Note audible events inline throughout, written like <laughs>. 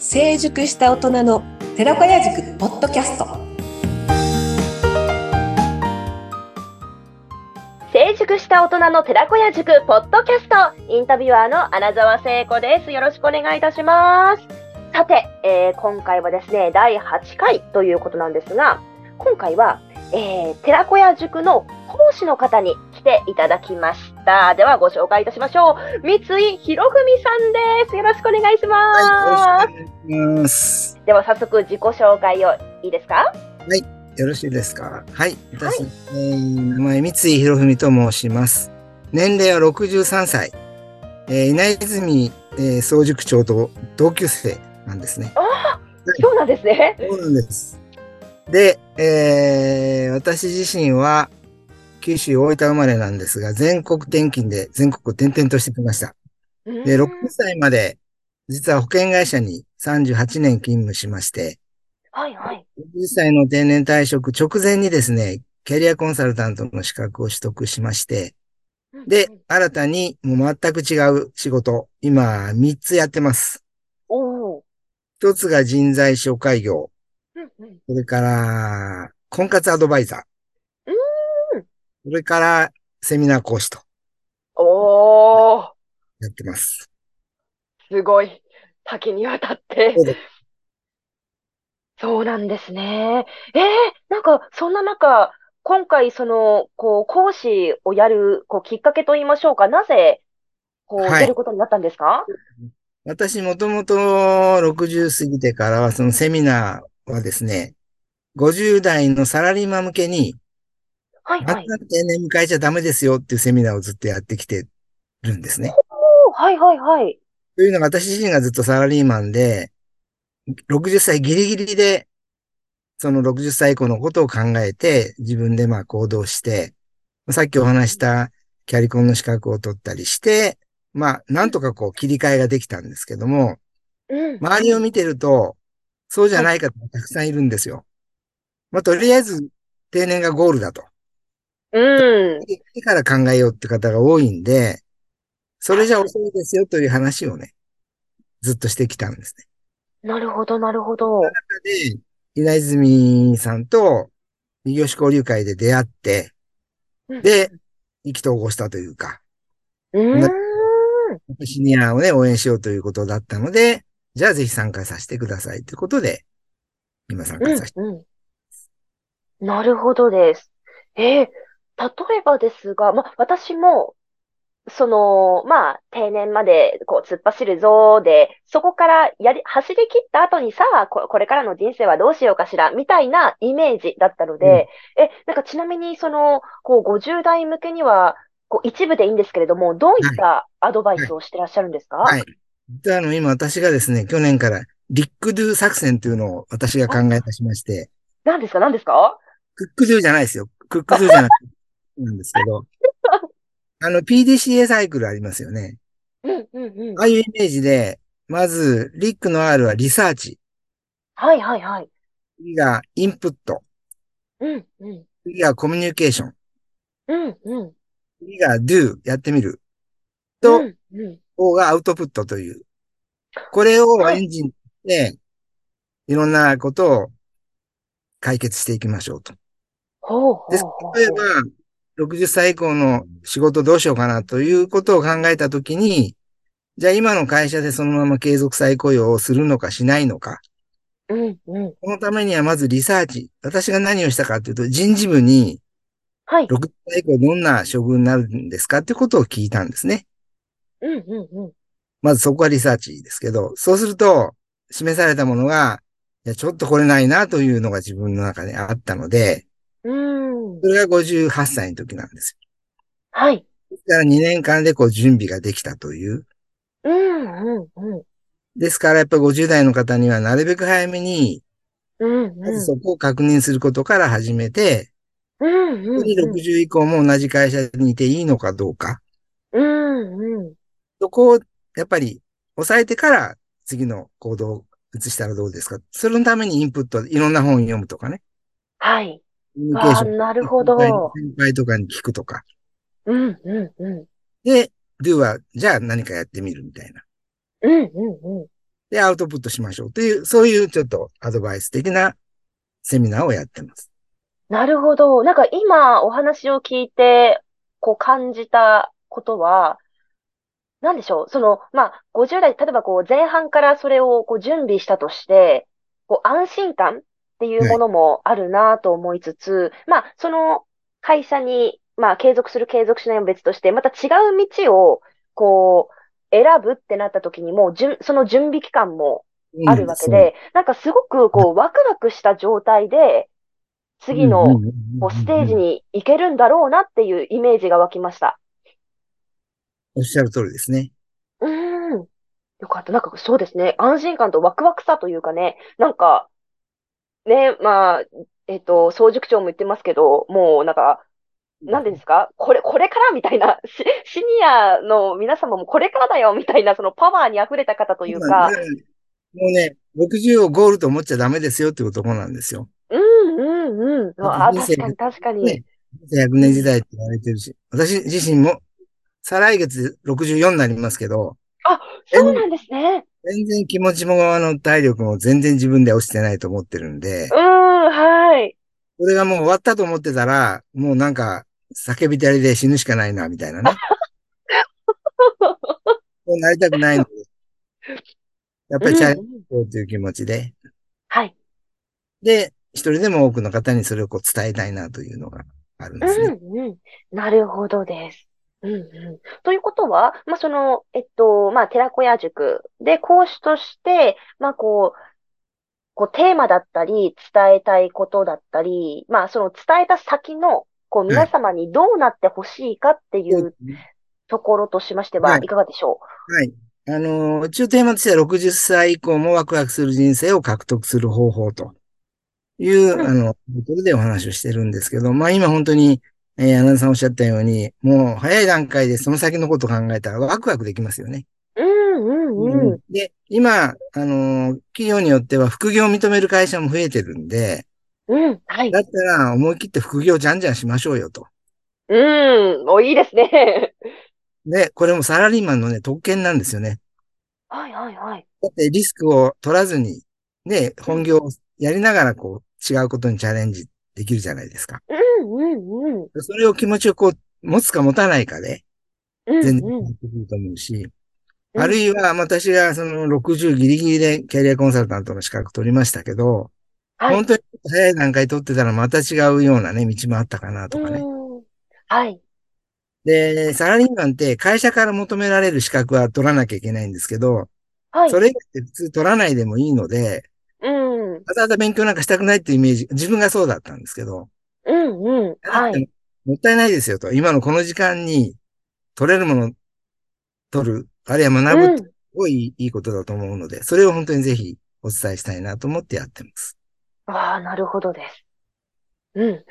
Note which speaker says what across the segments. Speaker 1: 成熟した大人の寺子屋塾ポッドキャスト
Speaker 2: 成熟した大人の寺子屋塾ポッドキャストインタビュアーの穴澤聖子ですよろしくお願いいたしますさて、えー今回はですね第8回ということなんですが今回は、えー寺子屋塾の講師の方に来ていただきましたではご紹介いたしましょう三井博文さんですよろしくお願いします、
Speaker 3: はい、よろしくお願いします。
Speaker 2: では早速自己紹介をいいですか
Speaker 3: よろしいですか。はい、私、えー名前三井博文と申します。年齢は63歳。えー稲泉、えー総塾長と同級生なんですね。
Speaker 2: そうなんですね
Speaker 3: そうなんです。で、えー私自身は九州大分生まれなんですが、全国転勤で全国を転々としてきました。で、6歳まで、実は保険会社に38年勤務しまして、
Speaker 2: はいはい
Speaker 3: 60歳の定年退職直前にですね、キャリアコンサルタントの資格を取得しまして、で、新たにもう全く違う仕事、今3つやってます。
Speaker 2: おお
Speaker 3: 1つが人材紹介業、
Speaker 2: ーうんうん
Speaker 3: それから婚活アドバイザー
Speaker 2: うーん、
Speaker 3: それからセミナー講師と
Speaker 2: おー
Speaker 3: やってます。
Speaker 2: すごい。多岐にわたって
Speaker 3: そうです。
Speaker 2: そうなんですね。えー、なんか、そんな中、今回、その、こう、講師をやる、こう、きっかけといいましょうか。なぜ、こう、
Speaker 3: はい
Speaker 2: やることになったんですか
Speaker 3: 私もともと60過ぎてからはそのセミナーはですね、50代のサラリーマン向けに、
Speaker 2: はい、
Speaker 3: あ
Speaker 2: は
Speaker 3: ん
Speaker 2: い。
Speaker 3: な定年迎えちゃダメですよっていうセミナーをずっとやってきてるんですね。
Speaker 2: おーはい、はい、はい。
Speaker 3: というのが私自身がずっとサラリーマンで、60歳ギリギリで、その60歳以降のことを考えて、自分でまあ行動して、さっきお話したキャリコンの資格を取ったりして、まあなんとかこう切り替えができたんですけども、
Speaker 2: うん。
Speaker 3: 周りを見てると、そうじゃない方がたくさんいるんですよ。まあとりあえず定年がゴールだと。
Speaker 2: うん。
Speaker 3: いから考えようって方が多いんで、それじゃ遅いですよという話をね、ずっとしてきたんですね。
Speaker 2: なるほど、なるほど。
Speaker 3: で、稲泉さんと異業種交流会で出会って、
Speaker 2: うん
Speaker 3: で、意気投合したというか、
Speaker 2: うーん。
Speaker 3: シニアをね、応援しようということだったので、じゃあぜひ参加させてくださいということで、今参加させて、
Speaker 2: うんうん。なるほどです。えー例えばですが、ま、私も、その、まあ、定年まで、こう、突っ走るぞーで、そこからやり、走り切った後にさあ、こ、これからの人生はどうしようかしら、みたいなイメージだったので、
Speaker 3: うん
Speaker 2: え、なんかちなみに、その、こう、50代向けには、こう、一部でいいんですけれども、どういったアドバイスをしてらっしゃるんですか
Speaker 3: はい実はあの、今私がですね、去年からリックドゥ作戦というのを私が考え出しまして、
Speaker 2: 何ですか何ですか
Speaker 3: クックドゥじゃないですよ。クックドゥじゃなくて、なんですけど。あの、PDCA サイクルありますよね。
Speaker 2: うん、うん、うん。
Speaker 3: ああいうイメージで、まず、リックの R はリサーチ。
Speaker 2: はい、はい、はい。
Speaker 3: 次がインプット。
Speaker 2: うん、うん。
Speaker 3: 次がコミュニケーション。
Speaker 2: うん、うん。
Speaker 3: 次が do、やってみる。と、
Speaker 2: うんうん、
Speaker 3: O がアウトプットという。これをエンジンで、いろんなことを解決していきましょうと。
Speaker 2: ほうほう
Speaker 3: です
Speaker 2: ほう
Speaker 3: 例えば、60歳以降の仕事どうしようかなということを考えたときに、じゃあ今の会社でそのまま継続再雇用をするのかしないのか。
Speaker 2: うん、うん。
Speaker 3: このためにはまずリサーチ。私が何をしたかというと、人事部に
Speaker 2: はい。
Speaker 3: 60歳以降どんな処遇になるんですかということを聞いたんですね。
Speaker 2: うん、うん、うん。
Speaker 3: まずそこはリサーチですけど、そうすると、示されたものが、いやちょっとこれないなというのが自分の中であったので、
Speaker 2: うーん。
Speaker 3: それが58歳の時なんですよ
Speaker 2: はい。
Speaker 3: ですから2年間でこう準備ができたという。
Speaker 2: うん、うん、うん。
Speaker 3: ですからやっぱり50代の方にはなるべく早めに、
Speaker 2: うん、
Speaker 3: ま
Speaker 2: う
Speaker 3: ず
Speaker 2: ん。
Speaker 3: そこを確認することから始めて、
Speaker 2: うん、うん、うん。
Speaker 3: 60以降も同じ会社にいていいのかどうか、
Speaker 2: うん、うん。
Speaker 3: そこをやっぱり抑えてから次の行動を移したらどうですか。それのためにインプット、いろんな本を読むとかね。
Speaker 2: はい。
Speaker 3: コミュニケー
Speaker 2: あ
Speaker 3: シ
Speaker 2: あ、
Speaker 3: ョン。
Speaker 2: なるほど。
Speaker 3: 先輩とかに聞くとか。
Speaker 2: うん、うん、うん。
Speaker 3: で、do は、じゃあ何かやってみるみたいな。
Speaker 2: うん、うん、うん。
Speaker 3: で、アウトプットしましょうという、そういうちょっとアドバイス的なセミナーをやってます。
Speaker 2: なるほど。なんか今お話を聞いて、こう感じたことは、なんでしょう。その、まあ、50代、例えばこう前半からそれをこう準備したとして、こう安心感っていうものもあるなと思いつつ、まあ、その会社に、まあ、継続する継続しないも別として、また違う道を、こう、選ぶってなった時にも、じゅん、その準備期間もあるわけで、なんかすごくこうワクワクした状態で、
Speaker 3: うん、
Speaker 2: 次のこう
Speaker 3: ス
Speaker 2: ステージ。に行けるんだろうなっていうイメージが湧きました。
Speaker 3: おっしゃる通りですね。
Speaker 2: うーん。よかった。なんかそうですね。安心感とワクワクさというかね、なんか、ね、まあ、えっと、総塾長も言ってますけど、もうなんか、なんていうんですかこれ、これからみたいな、シ、シニアの皆様もこれからだよみたいな、そのパワーに溢れた方というか、
Speaker 3: うんもうね、60をゴールと思っちゃダメですよっていうところなんですよ。
Speaker 2: うん、うん、うん。あ、
Speaker 3: 人
Speaker 2: 確
Speaker 3: 生
Speaker 2: かに、確かに。
Speaker 3: ね100年時代って言われてるし、私自身も再来月で64になりますけど、
Speaker 2: あ、そうなんですね。
Speaker 3: 全然気持ちもあの体力も全然自分では落ちてないと思ってるんで
Speaker 2: う、ーん、はい。
Speaker 3: これがもう終わったと思ってたら、もうなんか叫びたりで死ぬしかないな、みたい
Speaker 2: <laughs>
Speaker 3: なね。そうなりたくないので。やっぱりチャレンジ
Speaker 2: うんうん
Speaker 3: しようという気持ちで。
Speaker 2: はい。
Speaker 3: で、一人でも多くの方にそれをこう伝えたいなというのがあるんですね。
Speaker 2: うんうん。なるほどです。うんうん。ということは、まあ、その、えっと、まあ、寺子屋塾で講師として、まあ、こう、こう、テーマだったり、伝えたいことだったり、まあ、その伝えた先の、こう、皆様にどうなってほしいかっていうところとしましては、
Speaker 3: はい
Speaker 2: いかがでしょ
Speaker 3: はい。あのー、中テーマとしては60歳以降もワクワクする人生を獲得する方法という、
Speaker 2: うん
Speaker 3: あの、ところでお話をしてるんですけど、まあ今本当に、えー、アナウンさんおっしゃったように、もう早い段階でその先のことを考えたらワクワクできますよね。
Speaker 2: う。うんうんうん。
Speaker 3: で、今、あのー、企業によっては副業を認める会社も増えてるんで、
Speaker 2: うん。はい。
Speaker 3: だったら思い切って副業じゃんじゃんしましょうよと。
Speaker 2: うん。お、いいですね。
Speaker 3: で、これもサラリーマンのね、特権なんですよね。
Speaker 2: はいはいはい。
Speaker 3: だってリスクを取らずに、ね、本業をやりながらこう、違うことにチャレンジできるじゃないですか。
Speaker 2: うんうんうん。
Speaker 3: それを気持ちをこう、持つか持たないかで、
Speaker 2: うん
Speaker 3: 全然
Speaker 2: う
Speaker 3: 変わ
Speaker 2: ん。
Speaker 3: ってくると思うし、
Speaker 2: うん
Speaker 3: あるいは、まあ私がその60ギリギリでキャリアコンサルタントの資格取りましたけど、
Speaker 2: はい
Speaker 3: 本当に早い段階取ってたらまた違うようなね、道もあったかなとかね。
Speaker 2: うん。はい。
Speaker 3: で、サラリーマンって会社から求められる資格は取らなきゃいけないんですけど、
Speaker 2: はい。
Speaker 3: それ以外って普通取らないでもいいので、
Speaker 2: うん。うん
Speaker 3: わざわざ勉強なんかしたくないっていうイメージ、自分がそうだったんですけど、
Speaker 2: うん。はい。
Speaker 3: もったいないですよと。今のこの時間に取れるもの、取る、あるいは学ぶ
Speaker 2: う
Speaker 3: ってす
Speaker 2: ん。
Speaker 3: ごいいいことだと思うので、それを本当にぜひお伝えしたいなと思ってやってます。
Speaker 2: ああ、なるほどです。うんうん。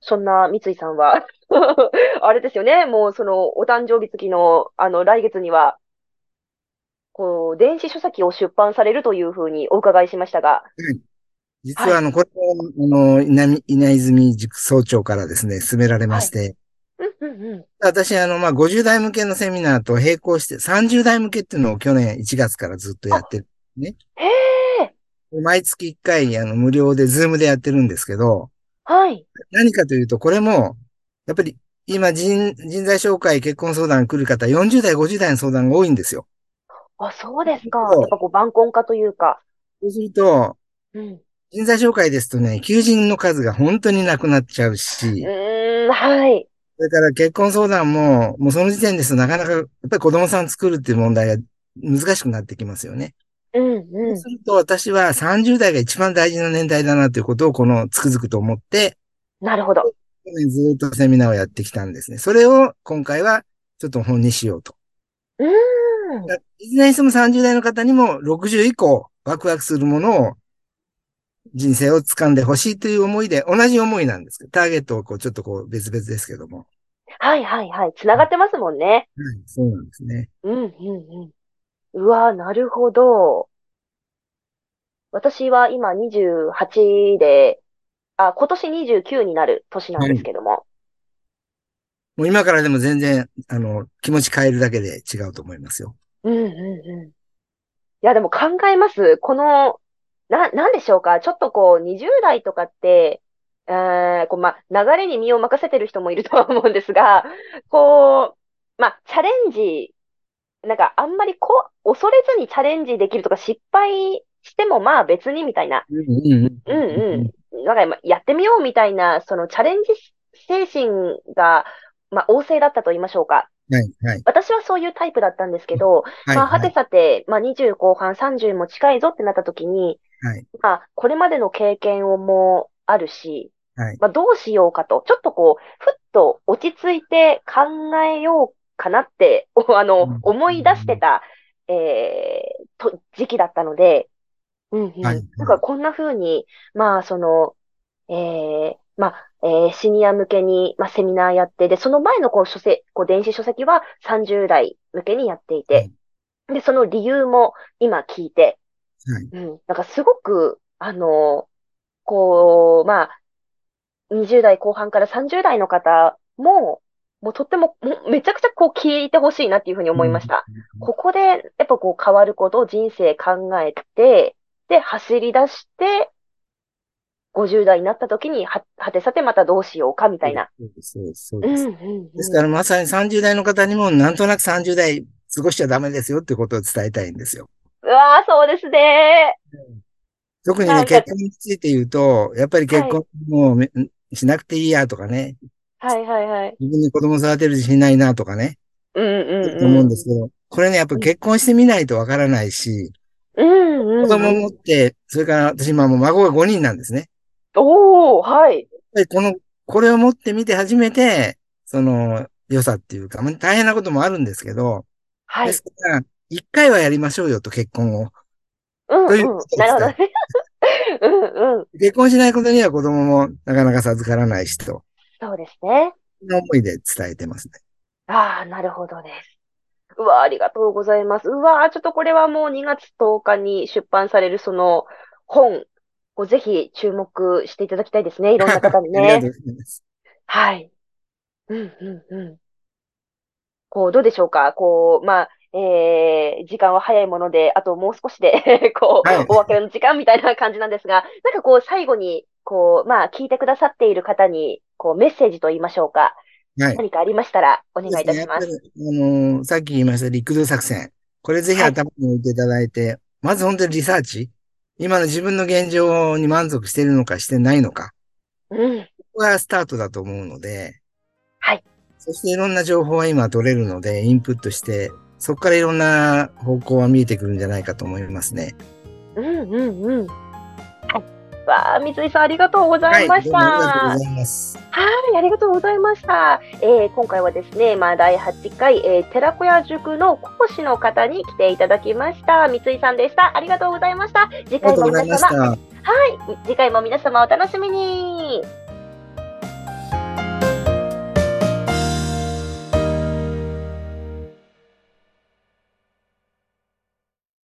Speaker 2: そんな三井さんは <laughs> あれですよね。もうそのお誕生日付きの、あの、来月には、こう、電子書籍を出版されるというふうにお伺いしましたが。
Speaker 3: 実はあの、これも、あの、稲見稲泉塾総長からですね、勧められまして、
Speaker 2: うんうんうん。
Speaker 3: 私あの、まあ、50代向けのセミナーと並行して、30代向けっていうのを去年1月からずっとやってる。
Speaker 2: へえ。
Speaker 3: 毎月1回、あの、無料で、ズームでやってるんですけど、
Speaker 2: はい。
Speaker 3: 何かというと、これも、やっぱり今人、人材紹介、結婚相談来る方、40代、50代の相談が多いんですよ。
Speaker 2: あ、そうですか。
Speaker 3: そう
Speaker 2: やっぱこう、晩婚化というか。
Speaker 3: そうすると、
Speaker 2: うん。う
Speaker 3: 人材紹介ですとね、求人の数が本当になくなっちゃうし、
Speaker 2: ーん、はい。
Speaker 3: それから結婚相談も、もうその時点ですとなかなか、やっぱり子供さん作るっていう問題が難しくなってきますよね。
Speaker 2: うん
Speaker 3: そううんす。ると、私は30代が一番大事な年代だなということを、このつくづくと思って、
Speaker 2: なるほど。
Speaker 3: 去年ずっとセミナーをやってきたんですね。それを今回はちょっと本にしようと。
Speaker 2: うーん。
Speaker 3: いずれにしても30代の方にも60以降、ワクワクするものを、人生を掴んでほしいという思いで、同じ思いなんですけど、ターゲットをこう、ちょっとこう、別々ですけども。
Speaker 2: はいはいはい。繋がってますもんね。
Speaker 3: はい、そうなんですね。
Speaker 2: うん、うん、うん。うわ、なるほど。私は今28で、あ、今年29になる年なんですけども。
Speaker 3: もう今からでも全然、あの、気持ち変えるだけで違うと思いますよ。
Speaker 2: うん、うん、うん。いや、でも考えます。この、な、なんでしょうか。ちょっとこう、20代とかって、えーこう、ま、流れに身を任せてる人もいるとは <laughs> 思うんですが、こう、ま、チャレンジ、なんかあんまりこう、恐れずにチャレンジできるとか、失敗してもまあ別にみたいな。
Speaker 3: うんうん
Speaker 2: うんうん。なんかまやってみようみたいな、そのチャレンジ精神が、まあ、旺盛だったと言いましょうか。
Speaker 3: はい、はい。
Speaker 2: 私はそういうタイプだったんですけど、
Speaker 3: はい、
Speaker 2: まあ、は
Speaker 3: は
Speaker 2: て
Speaker 3: い。
Speaker 2: さて、まあ、20後半、30も近いぞってなった時に、
Speaker 3: はい
Speaker 2: まあ、これまでの経験をもあるし、
Speaker 3: はい
Speaker 2: まあ、どうしようかと、ちょっとこう、ふっと落ち着いて考えようかなって、 <laughs> おあの、
Speaker 3: うん
Speaker 2: 思い出してた、えーと、時期だったので、うん、うん。
Speaker 3: はいはい
Speaker 2: なんかこんな風に、まあ、その、えー、まあ、えーシニア向けに、まあ、セミナーやって、で、その前のこう書籍、こう電子書籍は30代向けにやっていて、で、その理由も今聞いて、
Speaker 3: はい
Speaker 2: うん、なんかすごく、あの、こう、まあ、20代後半から30代の方も、もうとっても、もうめちゃくちゃこう聞いてほしいなっていうふうに思いました。ここで、やっぱこう変わることを人生考えて、で、走り出して、50代になった時に、は、はてさてまたどうしようかみたいな。
Speaker 3: そうです、そうです。そう
Speaker 2: うん、う
Speaker 3: です
Speaker 2: ん、うん。
Speaker 3: ですからまさに30代の方にもなんとなく30代過ごしちゃダメですよってことを伝えたいんですよ。
Speaker 2: うわあ、そうですね。
Speaker 3: 特に
Speaker 2: は
Speaker 3: ね、
Speaker 2: い
Speaker 3: 結婚について言うと、やっぱり結婚もうめしなくていいやとかね、
Speaker 2: はい、はい、はい。
Speaker 3: 自分に子供育てる自信ないなとかね、
Speaker 2: うん、うん、うん。
Speaker 3: と思うんですけど、これね、やっぱ結婚してみないとわからないし、
Speaker 2: うん、うん。
Speaker 3: 子供を持って、それから私今もう孫が5人なんですね。
Speaker 2: おお、はい。
Speaker 3: やっぱりこの、これを持ってみて初めて、その、良さっていうか、まあ大変なこともあるんですけど、
Speaker 2: はい。
Speaker 3: ですから、一回はやりましょうよと結婚を。
Speaker 2: うん、
Speaker 3: という
Speaker 2: うん。
Speaker 3: ことで
Speaker 2: な
Speaker 3: す
Speaker 2: るほど
Speaker 3: か
Speaker 2: ね。 <laughs> うん、うん。
Speaker 3: 結婚しないことには子供もなかなか授からないしと、
Speaker 2: そうですね。
Speaker 3: そんな思いで伝えてますね。
Speaker 2: ああ、なるほどです。うわあ、ありがとうございます。うわあ、ちょっとこれはもう2月10日に出版されるその本をぜひ注目していただきたいですね。いろんな方に
Speaker 3: <laughs> ありが
Speaker 2: ね。
Speaker 3: とうございます。
Speaker 2: はい。うん、うん、うん。こう、どうでしょうかこう、まあ、えー、時間は早いもので、あともう少しで、 <laughs> こう、
Speaker 3: はい
Speaker 2: お別れの時間みたいな感じなんですが、なんかこう、最後に、こう、まあ、聞いてくださっている方に、こう、メッセージと言いましょうか。
Speaker 3: はい。
Speaker 2: 何かありましたら、お願いいたします。
Speaker 3: そうですねやっぱりあのーさっき言いましたリクルー作戦。これぜひ頭に置いていただいて、まず本当にリサーチ。今の自分の現状に満足してるのかしてないのか。
Speaker 2: うん。
Speaker 3: ここがスタートだと思うので。
Speaker 2: はい。
Speaker 3: そしていろんな情報は今取れるので、インプットして、そこからいろんな方向は見えてくるんじゃないかと思いますね。
Speaker 2: うん、うん、うん。はい。わあ、三井さん、ありがとうございま
Speaker 3: ど
Speaker 2: し
Speaker 3: うもありがとう
Speaker 2: た
Speaker 3: ご。ざいます。
Speaker 2: はい、ありがとうございました。えー今回はですね、まあ、第8回、えー、寺子屋塾の講師の方に来ていただきました。三井さんでした。ありがとうございました。次
Speaker 3: あ
Speaker 2: 回
Speaker 3: りがとう
Speaker 2: も
Speaker 3: ご
Speaker 2: 皆
Speaker 3: ざいまし
Speaker 2: 様、
Speaker 3: た。
Speaker 2: 次回も皆様お楽しみに。